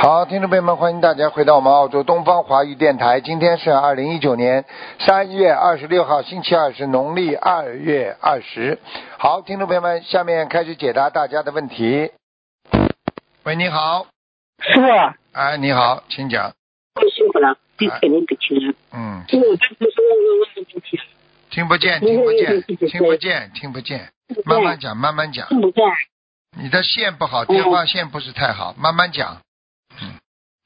好，听众朋友们，欢迎大家回到我们澳洲东方华语电台。今天是二零一九年三月二十六号，星期二，是农历二月二十。好，听众朋友们，下面开始解答大家的问题。喂，你好，师傅，哎，你好，请讲。太辛苦了，对哎肯定不听了。嗯，因为我刚才说我问问题，啊听不见，听不见，听不见，听不见，慢慢讲，慢慢讲。听不见。你的线不好，电话线不是太好，慢慢讲。嗯，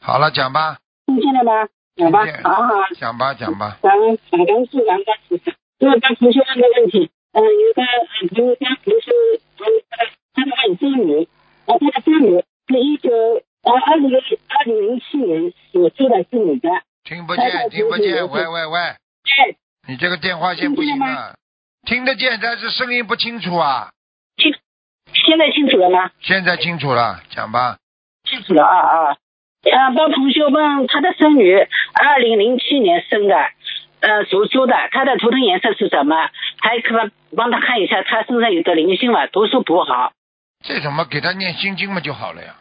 好了，讲吧，听见了吗？好吧听见，好好，讲吧，讲吧。咱们反正是咱们在菩萨，因为刚同学问个问题，呃，有个呃朋友家同学，呃，他的他的孙女，呃，他的孙女是一九呃二零二零零七年所生的，是女的，听不见，听不见，喂喂喂，哎，你这个电话线不行啊，听得见，但是声音不清楚啊。这现在清楚了吗？现在清楚了，讲吧。清楚了啊啊。啊，帮同学问他的孙女，二零零七年生的，呃，属猪的，她的图腾颜色是什么？还可帮帮他看一下，她身上有个灵性吧，读书不好这什么给他念心经嘛就好了呀，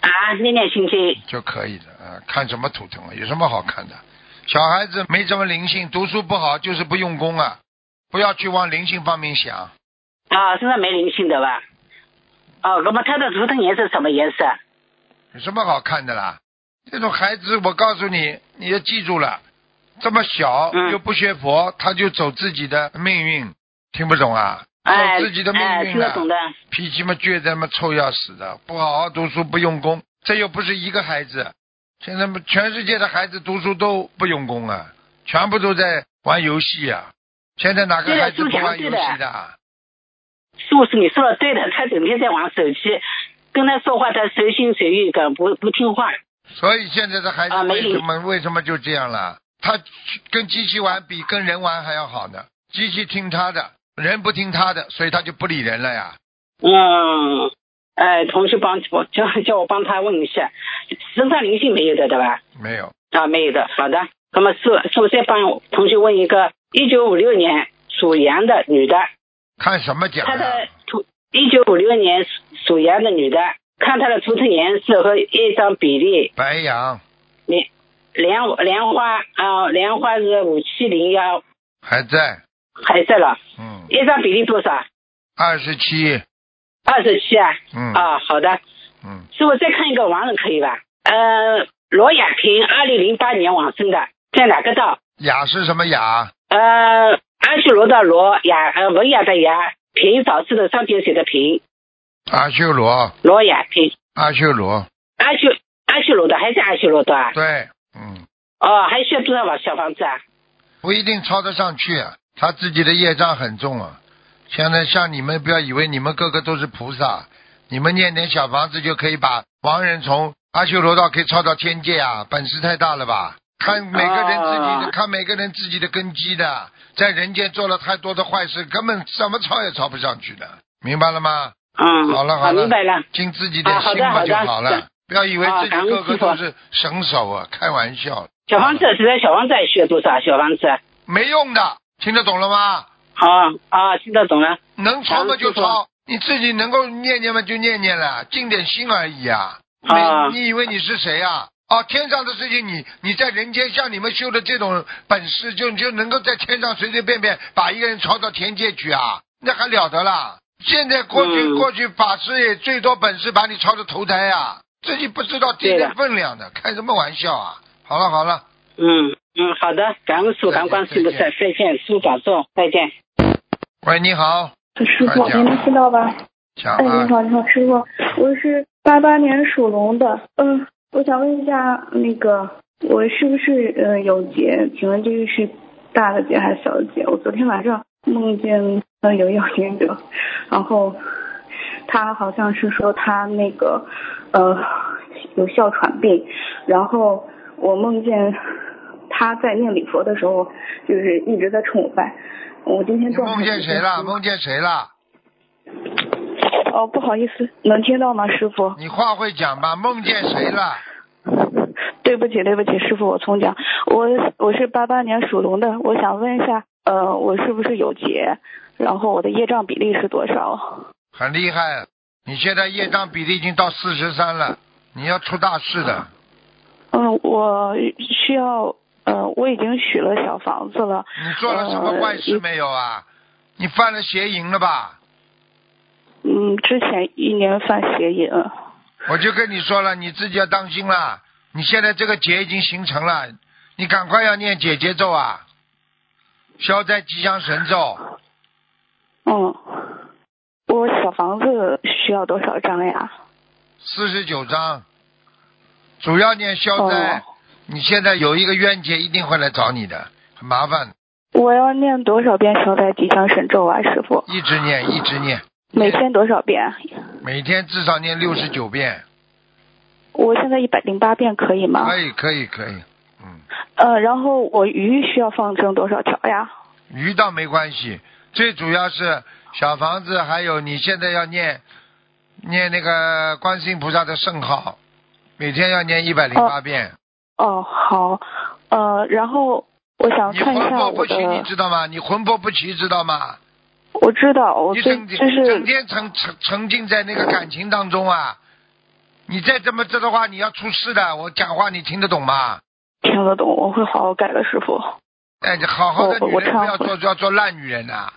啊，念念心经就可以了啊。看什么图腾啊，有什么好看的？小孩子没什么灵性，读书不好就是不用功啊，不要去往灵性方面想。啊，身上没灵性的吧？哦，那么她的图腾颜色什么颜色？哦有什么好看的啦？这种孩子，我告诉你，你要记住了，这么小嗯又不学佛，他就走自己的命运，听不懂啊？哎，走自己的命哎，运听了、得懂的。脾气嘛倔得嘛臭要死的，不好好读书不用功，这又不是一个孩子，现在嘛全世界的孩子读书都不用功啊，全部都在玩游戏啊。现在哪个对的孩子朱不强玩对游的戏的啊？是不是你说的对的？她整天在玩手机，跟她说话她随心随意的，不不听话。所以现在的孩子啊没为理什么、为什么就这样了？他跟机器玩比跟人玩还要好呢，机器听他的，人不听他的，所以他就不理人了呀。嗯，哎，同事帮我叫叫我帮他问一下，身上灵性没有的对吧？没有，啊，没有的。好的，那么是是不是再帮同学问一个一九五六年属羊的女的，看什么讲她啊的？图一九五六年属羊的女的，看她的图腾颜色和业障比例，白羊莲莲莲花啊、莲花是五七零幺，还在，还在了，嗯，业障比例多少？二十七，二十七啊。嗯啊，好的。嗯，师傅再看一个亡人可以吧？呃，罗雅萍，二零零八年往生的，在哪个道？雅是什么雅？呃，阿修罗的罗雅，呃，文雅的雅，萍草字的三点水的萍，阿修罗，罗雅萍，阿修罗，阿修阿修罗的还是阿修罗的啊？对，嗯，哦，还需要多少房小房子啊？不一定抄得上去、啊，他自己的业障很重啊。现在像你们，不要以为你们个个都是菩萨，你们念点小房子就可以把亡人从阿修罗道可以抄到天界啊，本事太大了吧？看每个人自己的，啊看每个人自己的根基的，在人间做了太多的坏事，根本怎么抄也抄不上去的，明白了吗？嗯，好了好啊了明白了。尽自己点啊好心的吧就好的好了是，不要以为啊自感己恩个个师傅都是神手啊，开玩笑，小房子现在小房子还需要多少啊？小房子？没用的，听得懂了吗？啊啊，听得懂了。能抄嘛就感恩师抄，你自己能够念念嘛就念念了，尽点心而已啊。啊你你以为你是谁啊？哦，天上的事情你你在人间像你们修的这种本事，就就能够在天上随随便便把一个人抄到天界去啊，那还了得啦！现在过去、嗯过去法师也最多本事把你抄到投胎啊，自己不知道自己对的的分量的，开什么玩笑啊！好了好了，嗯嗯，好的，感恩师傅，再见感恩观世音菩萨，再再见，师傅保重，再见。喂，你好，哎师傅，您能知道吧？讲哎，啊你，好，你好，师傅，我是八八年属龙的，嗯，我想问一下，那个我是不是呃有劫？请问这个是大的劫还是小的劫？我昨天晚上梦见呃有要经者，然后他好像是说他那个呃有哮喘病，然后我梦见他在念礼佛的时候，就是一直在冲我拜。我今天你状态梦见不是谁了？很好梦见谁了？哦，不好意思，能听到吗，师傅？你话会讲吧？梦见谁了？ 对不起，对不起，师傅，我重讲。我我是八八年属龙的，我想问一下，呃，我是不是有劫？然后我的业障比例是多少？啊很厉害，你现在业障比例已经到四十三了，你要出大事的，嗯，我需要，呃，我已经许了小房子了。你做了什么坏事没有啊？你犯了邪淫了吧？嗯，之前一年犯邪淫，我就跟你说了，你自己要当心了。你现在这个结已经形成了，你赶快要念解结咒啊，消灾吉祥神咒。嗯，我小房子需要多少张呀？四十九章，主要念消哦灾。嗯你现在有一个冤结，一定会来找你的，很麻烦。我要念多少遍消灾吉祥神咒啊，师傅？一直念，一直念，每天多少遍？啊每天至少念六十九遍，我现在一百零八遍可以吗可？以，可以，可以。嗯，呃，然后我鱼需要放生多少条呀？鱼倒没关系，最主要是小房子，还有你现在要念念那个观世音菩萨的圣号，每天要念一百零八遍。哦，好，呃，然后我想你哦看一魂下魄我不齐，你的，知道吗？你魂魄不齐，知道吗？我知道，我你最整天就整是天沉沉沉浸在那个感情当中啊！你再这么这的话，你要出事的。我讲话你听得懂吗？听得懂，我会好好改的，师傅。哎，你好好的我女我人不要忏悔做要做烂女人呐、啊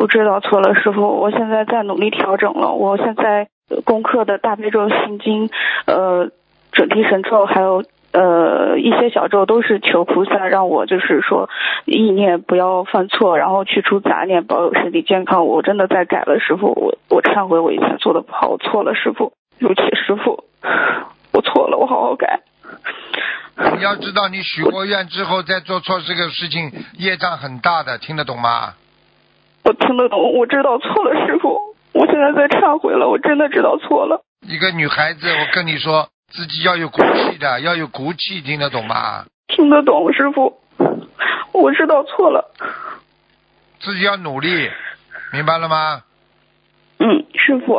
我知道错了，师傅，我现在在努力调整了。我现在呃功课的大悲咒、心经，呃，准提神咒，还有呃一些小咒，都是求菩萨让我就是说意念不要犯错，然后去除杂念，保有身体健康。我真的在改了，师傅，我我忏悔，我以前做的不好，我错了，师傅，对不起，师傅，我错了，我好好改。你要知道，你许过愿之后再做错这个事情，业障很大的，听得懂吗？我听得懂，我知道错了，师傅，我现在在忏悔了，我真的知道错了。一个女孩子，我跟你说，自己要有骨气的，要有骨气，听得懂吗？听得懂，师傅，我知道错了。自己要努力，明白了吗？嗯，师傅，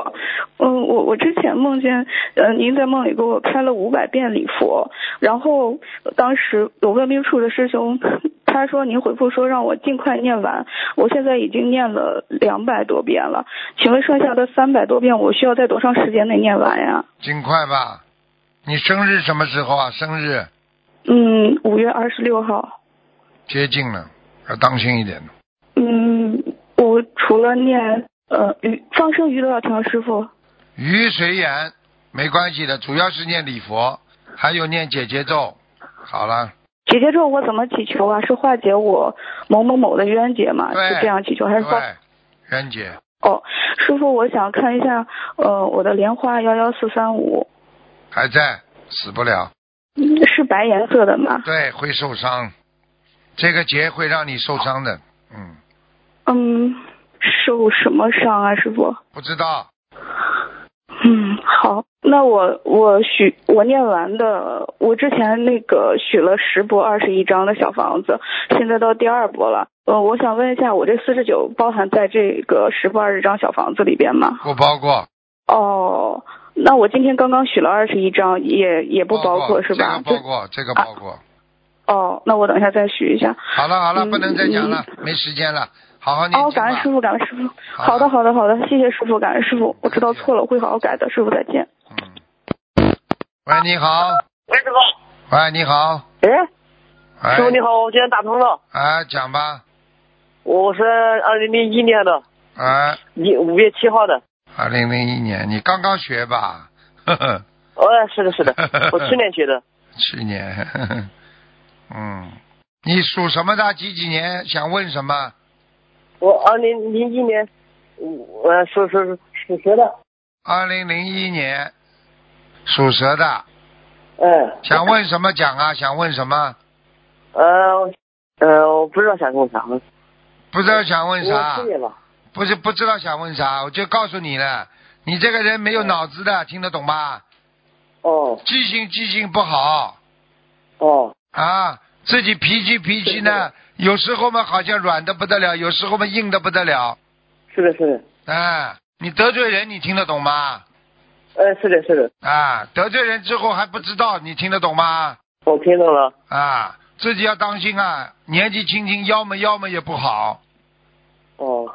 嗯，我我之前梦见，呃，您在梦里给我开了五百遍礼佛，然后当时我问秘书的师兄，他说您回复说让我尽快念完，我现在已经念了两百多遍了，请问剩下的三百多遍我需要在多长时间内念完呀？尽快吧。你生日什么时候啊？生日嗯，五月二十六号，接近了，要当心一点。嗯，我除了念呃鱼放生鱼多少条，师傅？鱼随缘，没关系的，主要是念礼佛，还有念姐姐咒。好了，姐姐咒我怎么祈求啊？是化解我某某某的冤结吗？对是这样祈求还是对，化？袁姐，哦，师傅，我想看一下，呃，我的莲花幺幺四三五嗯还在，死不了，是白颜色的 吗？对，会受伤，这个结会让你受伤的，嗯，嗯，受什么伤啊，师傅？不知道，嗯，好，那我我许我念完的，我之前那个许了十波二十一张的小房子，现在到第二波了。呃，我想问一下，我这四十九包含在这个十波二十张小房子里边吗？不包括，哦，那我今天刚刚许了二十一张，也也不包括是吧？这个包就括，这个包括。哦，那我等一下再许一下。好了好了，嗯不能再讲了，没时间了，好好念哦，经感恩吧师。傅，感恩师傅。好好的的，好的，好的，谢谢师傅，感恩师傅，我知道错了，我会好好改的。师傅再见。嗯。喂，你好。喂，师傅。喂，你好。哎，哎师傅你好，我今天打通了。哎，讲吧。我是二零零一年的，哎，一五月七号的。二零零一年，你刚刚学吧？ 呵呵，，哦，是的，是的 我去年学的，去年。 呵呵嗯，你属什么的？几几年？想问什么？我二零零一年，我呃属属属蛇的，二零零一年，属蛇的，嗯，想问什么讲啊？想问什么？呃呃，我不知道想问啥，我不知道想问啊啥？去年吧，不是不知道想问啥，我就告诉你了，你这个人没有脑子的，听得懂吗？哦记性记性不好哦啊，自己脾气脾气呢，有时候嘛好像软的不得了，有时候嘛硬的不得了，是的，是的，啊，你得罪人，你听得懂吗？呃，是的，是的，啊，得罪人之后还不知道，你听得懂吗？我听懂了，啊，自己要当心啊，年纪轻轻腰嘛腰嘛也不好，哦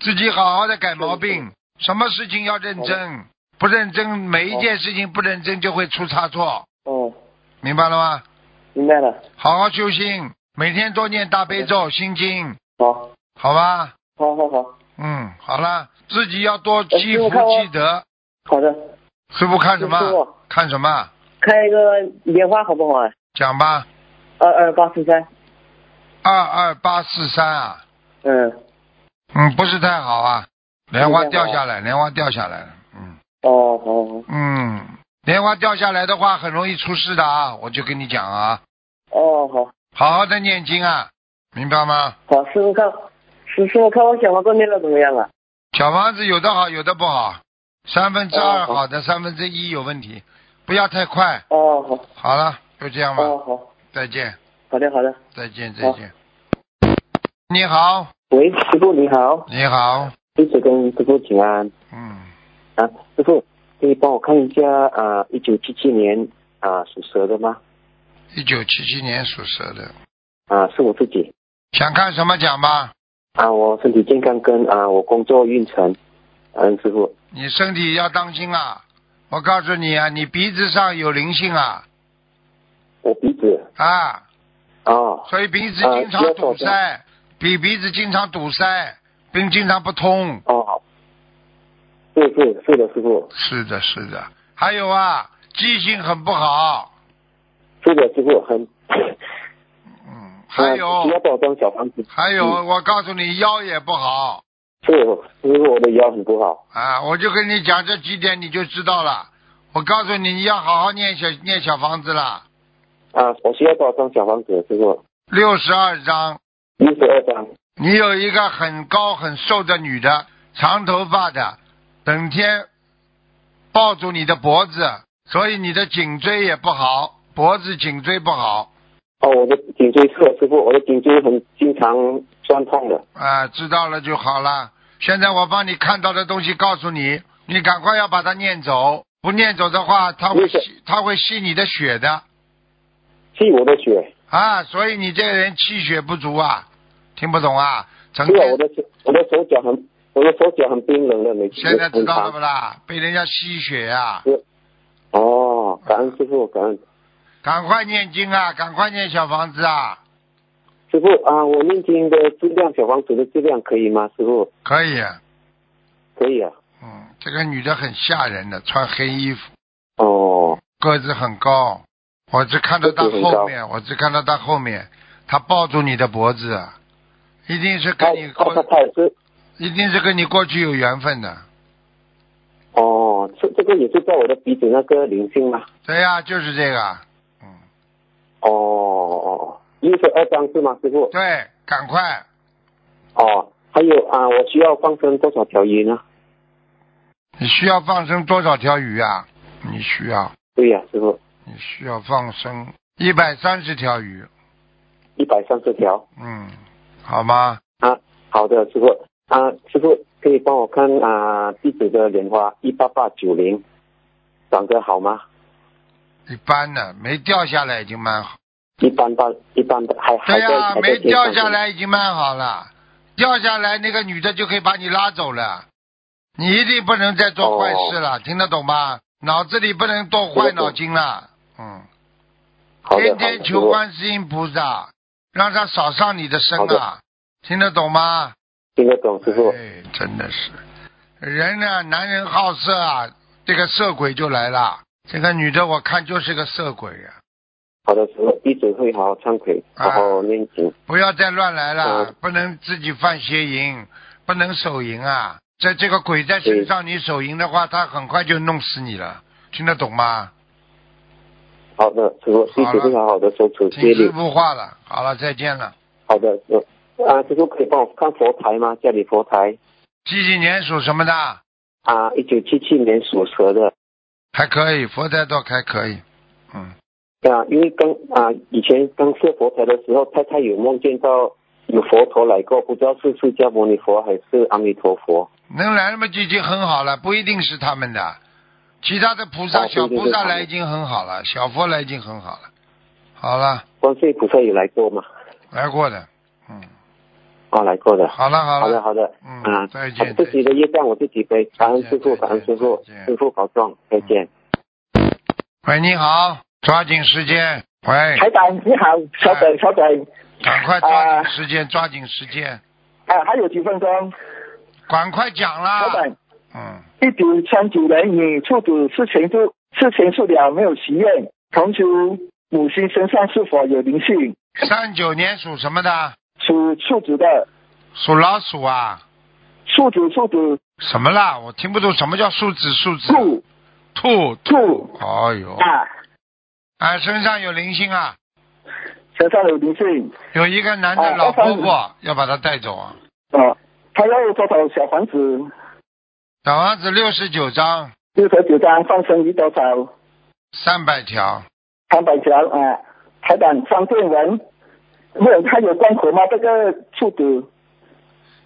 自己好好的改毛病，什么事情要认真，不认真，每一件事情不认真就会出差错，哦，明白了吗？明白了，好好修心，每天多念大悲咒、心经，好，好吧？好好好，嗯，好了，自己要多积哎师福傅看我积德。好的，师傅看什师傅么？看什么？看一个莲花好不好啊？讲吧。二二八四三，二二八四三啊，嗯，嗯，不是太好啊，莲花不是太好掉下来，莲花掉下来了，嗯哦，好好。嗯，莲花掉下来的话，很容易出事的啊，我就跟你讲啊，哦，好，好好的念经啊，明白吗？好，师傅看，师师傅看我小房子念的怎么样啊？小房子有的好，有的不好，三分之二哦好好的，三分之一有问题，不要太快。哦，好，好了，就这样吧，哦，好，再见，好的，好的。再见，再见。你好，喂，师傅你好，你好，弟子跟师傅请安嗯，啊，师傅可以帮我看一下啊，一九七七年啊属蛇的吗？一九七七年属蛇的，啊，是我自己想看什么讲吧？啊，我身体健康跟啊我工作运程，嗯、师傅你身体要当心啊！我告诉你啊，你鼻子上有灵性啊我鼻子啊，哦所以鼻子经常堵呃要保塞，比鼻子经常堵塞，并经常不通。哦好，是是是的师傅，是的，是的。还有啊，记性很不好，是的师傅很，嗯，还 啊有只要帮我嗯装小房子，还有，我告诉你，腰也不好是师傅我的腰很不好，啊！我就跟你讲这几点，你就知道了。我告诉你，你要好好念小念小房子啦，啊，我需要帮我装小房子，师傅六十二章。六十二张，你有一个很高很瘦的女的，长头发的，整天抱住你的脖子，所以你的颈椎也不好，脖子颈椎不好哦我的颈椎是的师傅，我的颈椎很经常酸痛的，啊，知道了就好了。现在我帮你看到的东西告诉你，你赶快要把它念走，不念走的话，它会为什吸，它会吸你的血的气我的血，啊，所以你这个人气血不足啊，听不懂啊，成是啊，天我的手我的手脚很我的手脚很冰冷的，每次现在知很道了不长。啦？被人家吸血啊。哦，感恩师傅，感恩赶快念经啊！赶快念小房子啊！师傅啊，我念经的质量，小房子的质量可以吗？师傅可以，啊可以啊。嗯，这个女的很吓人的，穿黑衣服，哦，个子很高，我只看到她后面，我只看到她后面，她抱住你的脖子，一定是他跟你他他过，他也是一定是跟你过去有缘分的。哦，这这个也是在我的鼻子那个灵性吗？对呀、就是这个，嗯，哦哦，六十二张是吗，师傅？对，赶快，哦，还有啊，我需要放生多少条鱼呢？你需要放生多少条鱼啊？你需要，对呀、师傅，你需要放生一百三十条鱼，一百三十条嗯，好吗？啊。好的，师傅啊，师傅可以帮我看啊弟子的莲花一八八九零，长得好吗？一般的，没掉下来已经蛮好。一般般，一般的还还对在、哎呀、还在没天掉上下的。来已经蛮好了，掉下来那个女的就可以把你拉走了。你一定不能再做坏事哦了，听得懂吗？脑子里不能动坏脑筋了，嗯，好的天好天的求观世音菩萨，让他少上你的身好啊的，听得懂吗？听得懂师傅。哎，真的是，人呢、男人好色啊，这个色鬼就来了。这个女的我看就是个色鬼啊呀、好的，师傅，弟子会好好忏悔，啊好好念经。不要再乱来了，嗯不能自己犯邪淫，不能手淫啊！在这个鬼在身上，你手淫的话，他很快就弄死你了，听得懂吗？好的，师傅，弟子会好嗯好的收徒听接师力。傅话了，好了，再见了。好的，师傅。啊，师傅可以帮我看佛台吗？家里佛台几几年属什么的？啊，一九七七年属蛇的还可以，佛台倒还可以，嗯，啊，因为刚啊以前刚设佛台的时候，太太有梦见到有佛陀来过，不知道是释迦牟尼佛还是阿弥陀佛。能来那么几经很好了，不一定是他们的，其他的菩萨、哦小对对菩萨对他们来已经很好了，小佛来已经很好了，好了，观世音菩萨有来过吗？来过的，嗯，哦，来过的。好了好好的，了，好的，嗯，再啊见。自己的业障我自己背，感恩师再傅，见感恩师傅再见，师傅保重，再见。喂，你好，抓紧时间，喂，台长你好，稍等稍等，赶快抓紧时间，抓紧时间，啊，还有几分钟，赶快讲稍啦。等。嗯，一九三九年，女处主事情不事情不了，没有许愿，同族母亲身上是否有灵性？三九年属什么的？属处主的属老鼠啊？处主处主什么啦？我听不懂什么叫数字数字。处兔。处哎呦，啊，哎，身上有灵性啊，身上有灵性有一个男的啊老婆我婆要把她带走啊。啊，他要多少小房子？小王子六十九章，六十九张，放生鱼多少？三百条，三百条啊，台长方便文，没有他有关口吗？这个处主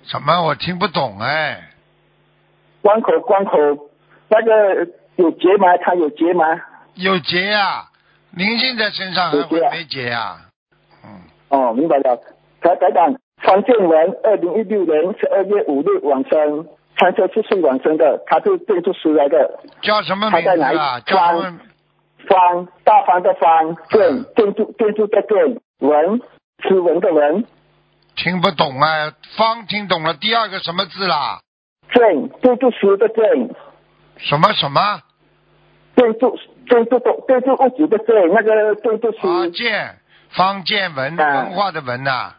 什么我听不懂哎。关口关口，那个有结吗？他有结吗？有结呀、啊，灵性在身上还啊会没结呀、嗯，哦，明白了。台台长方建文，二零一六年十二月五日晚上，三十四岁晚生的，他是建筑师来的，叫什么名他在字哪啊？里叫什么？方大方的方，嗯建建筑建筑的建，文斯文的文，听不懂啊，方听懂了，第二个什么字啦？建建筑师的建，什么什么啊？建筑建筑的建筑物主的建，那个建筑师建方建文嗯文化的文呐、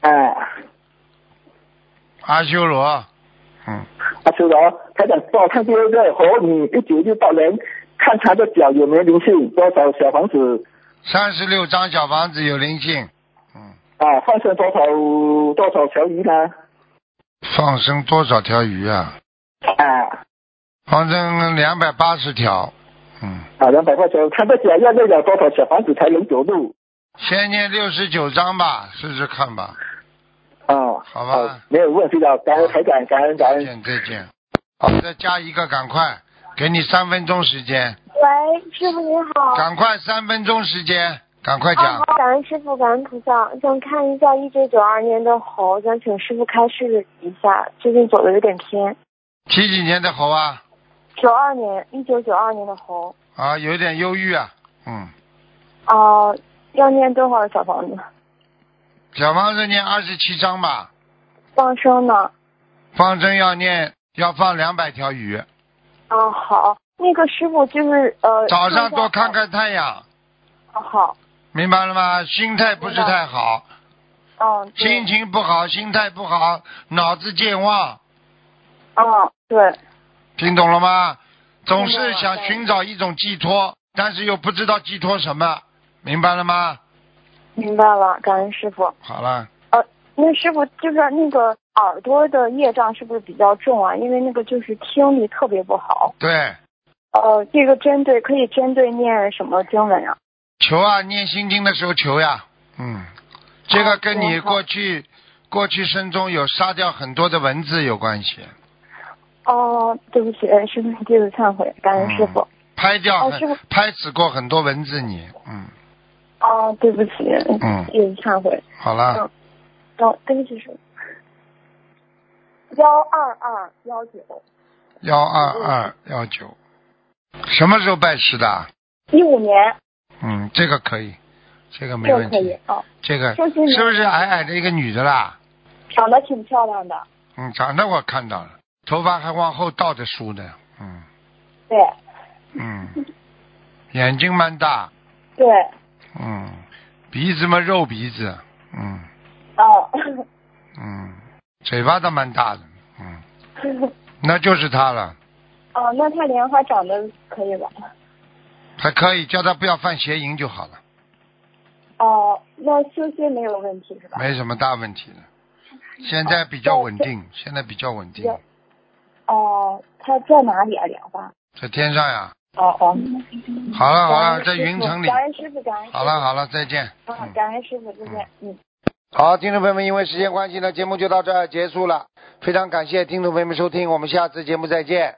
啊。阿修罗，嗯，阿修罗，他想帮我看第二个和你一九六八年，看他的脚有没有灵性，多少小房子三十六张小房子有灵性，嗯，啊，放生多少多少条鱼呢？放生多少条鱼啊？啊放生两百八十条，嗯，啊，两百块钱，他的脚要累了多少小房子才能走路？先念六十九章吧，试试看吧。啊，好吧没有问题的，感恩台长，感恩感再恩。见再见。好，再加一个，赶快，给你三分钟时间，喂，师傅您好。赶快三分钟时间，赶快啊，讲好。，感恩师傅，感恩菩萨。想看一下一九九二年的猴，想请师傅开示一下，最近走的有点偏。几几年的猴啊？九二年，一九九二年的猴，啊，有点忧郁啊。嗯，哦、要念多少小房子？小房子念二十七章吧，放生呢？方针要念要放两百条鱼，啊，好，那个师傅就是呃，早上多看一下。看太阳，啊、好，明白了吗？心态不是太好，嗯，对心情不好，心态不好，脑子健忘，嗯，对，听懂了吗？总听懂是了想懂寻找一种寄托，但是又不知道寄托什么，明白了吗？明白了，感恩师傅。好了，那师傅就是那个耳朵的业障是不是比较重啊？因为那个就是听力特别不好。对，呃，这个针对可以针对念什么经文啊？求啊，念心经的时候求呀，嗯，这个跟你哦好过去过去生中有杀掉很多的蚊子有关系，哦、对不起，呃师傅，弟子忏悔，感恩师傅。拍掉哦很、师傅拍死过很多蚊子你，嗯哦、对不起，嗯弟子忏悔。好了，嗯哦，对不起，师傅。幺二二幺九，幺二二幺九，什么时候拜师的啊？一五年，嗯，这个可以，这个没这问个可以题，哦，这个就是你是不是矮矮的一个女的啦？长得挺漂亮的，嗯，长得我看到了，头发还往后倒着梳的，嗯对 嗯，眼睛蛮大，对，嗯，鼻子嘛肉鼻子，嗯哦， 嗯，嘴巴倒蛮大的，嗯，那就是他了，哦，那他莲花长得可以吧？还可以叫他不要犯邪淫就好了，哦，那修心没有问题是吧？没什么大问题的。现在比较稳定，现在比较稳定，哦，他在哪里啊？莲花？在天上呀。哦哦，好了好感了，啊恩在师云父层里。感恩师傅，感恩师好傅了好了，再见。啊嗯，感恩师傅，再见。嗯。好，听众朋友们，因为时间关系呢，节目就到这儿结束了。非常感谢听众朋友们收听，我们下次节目再见。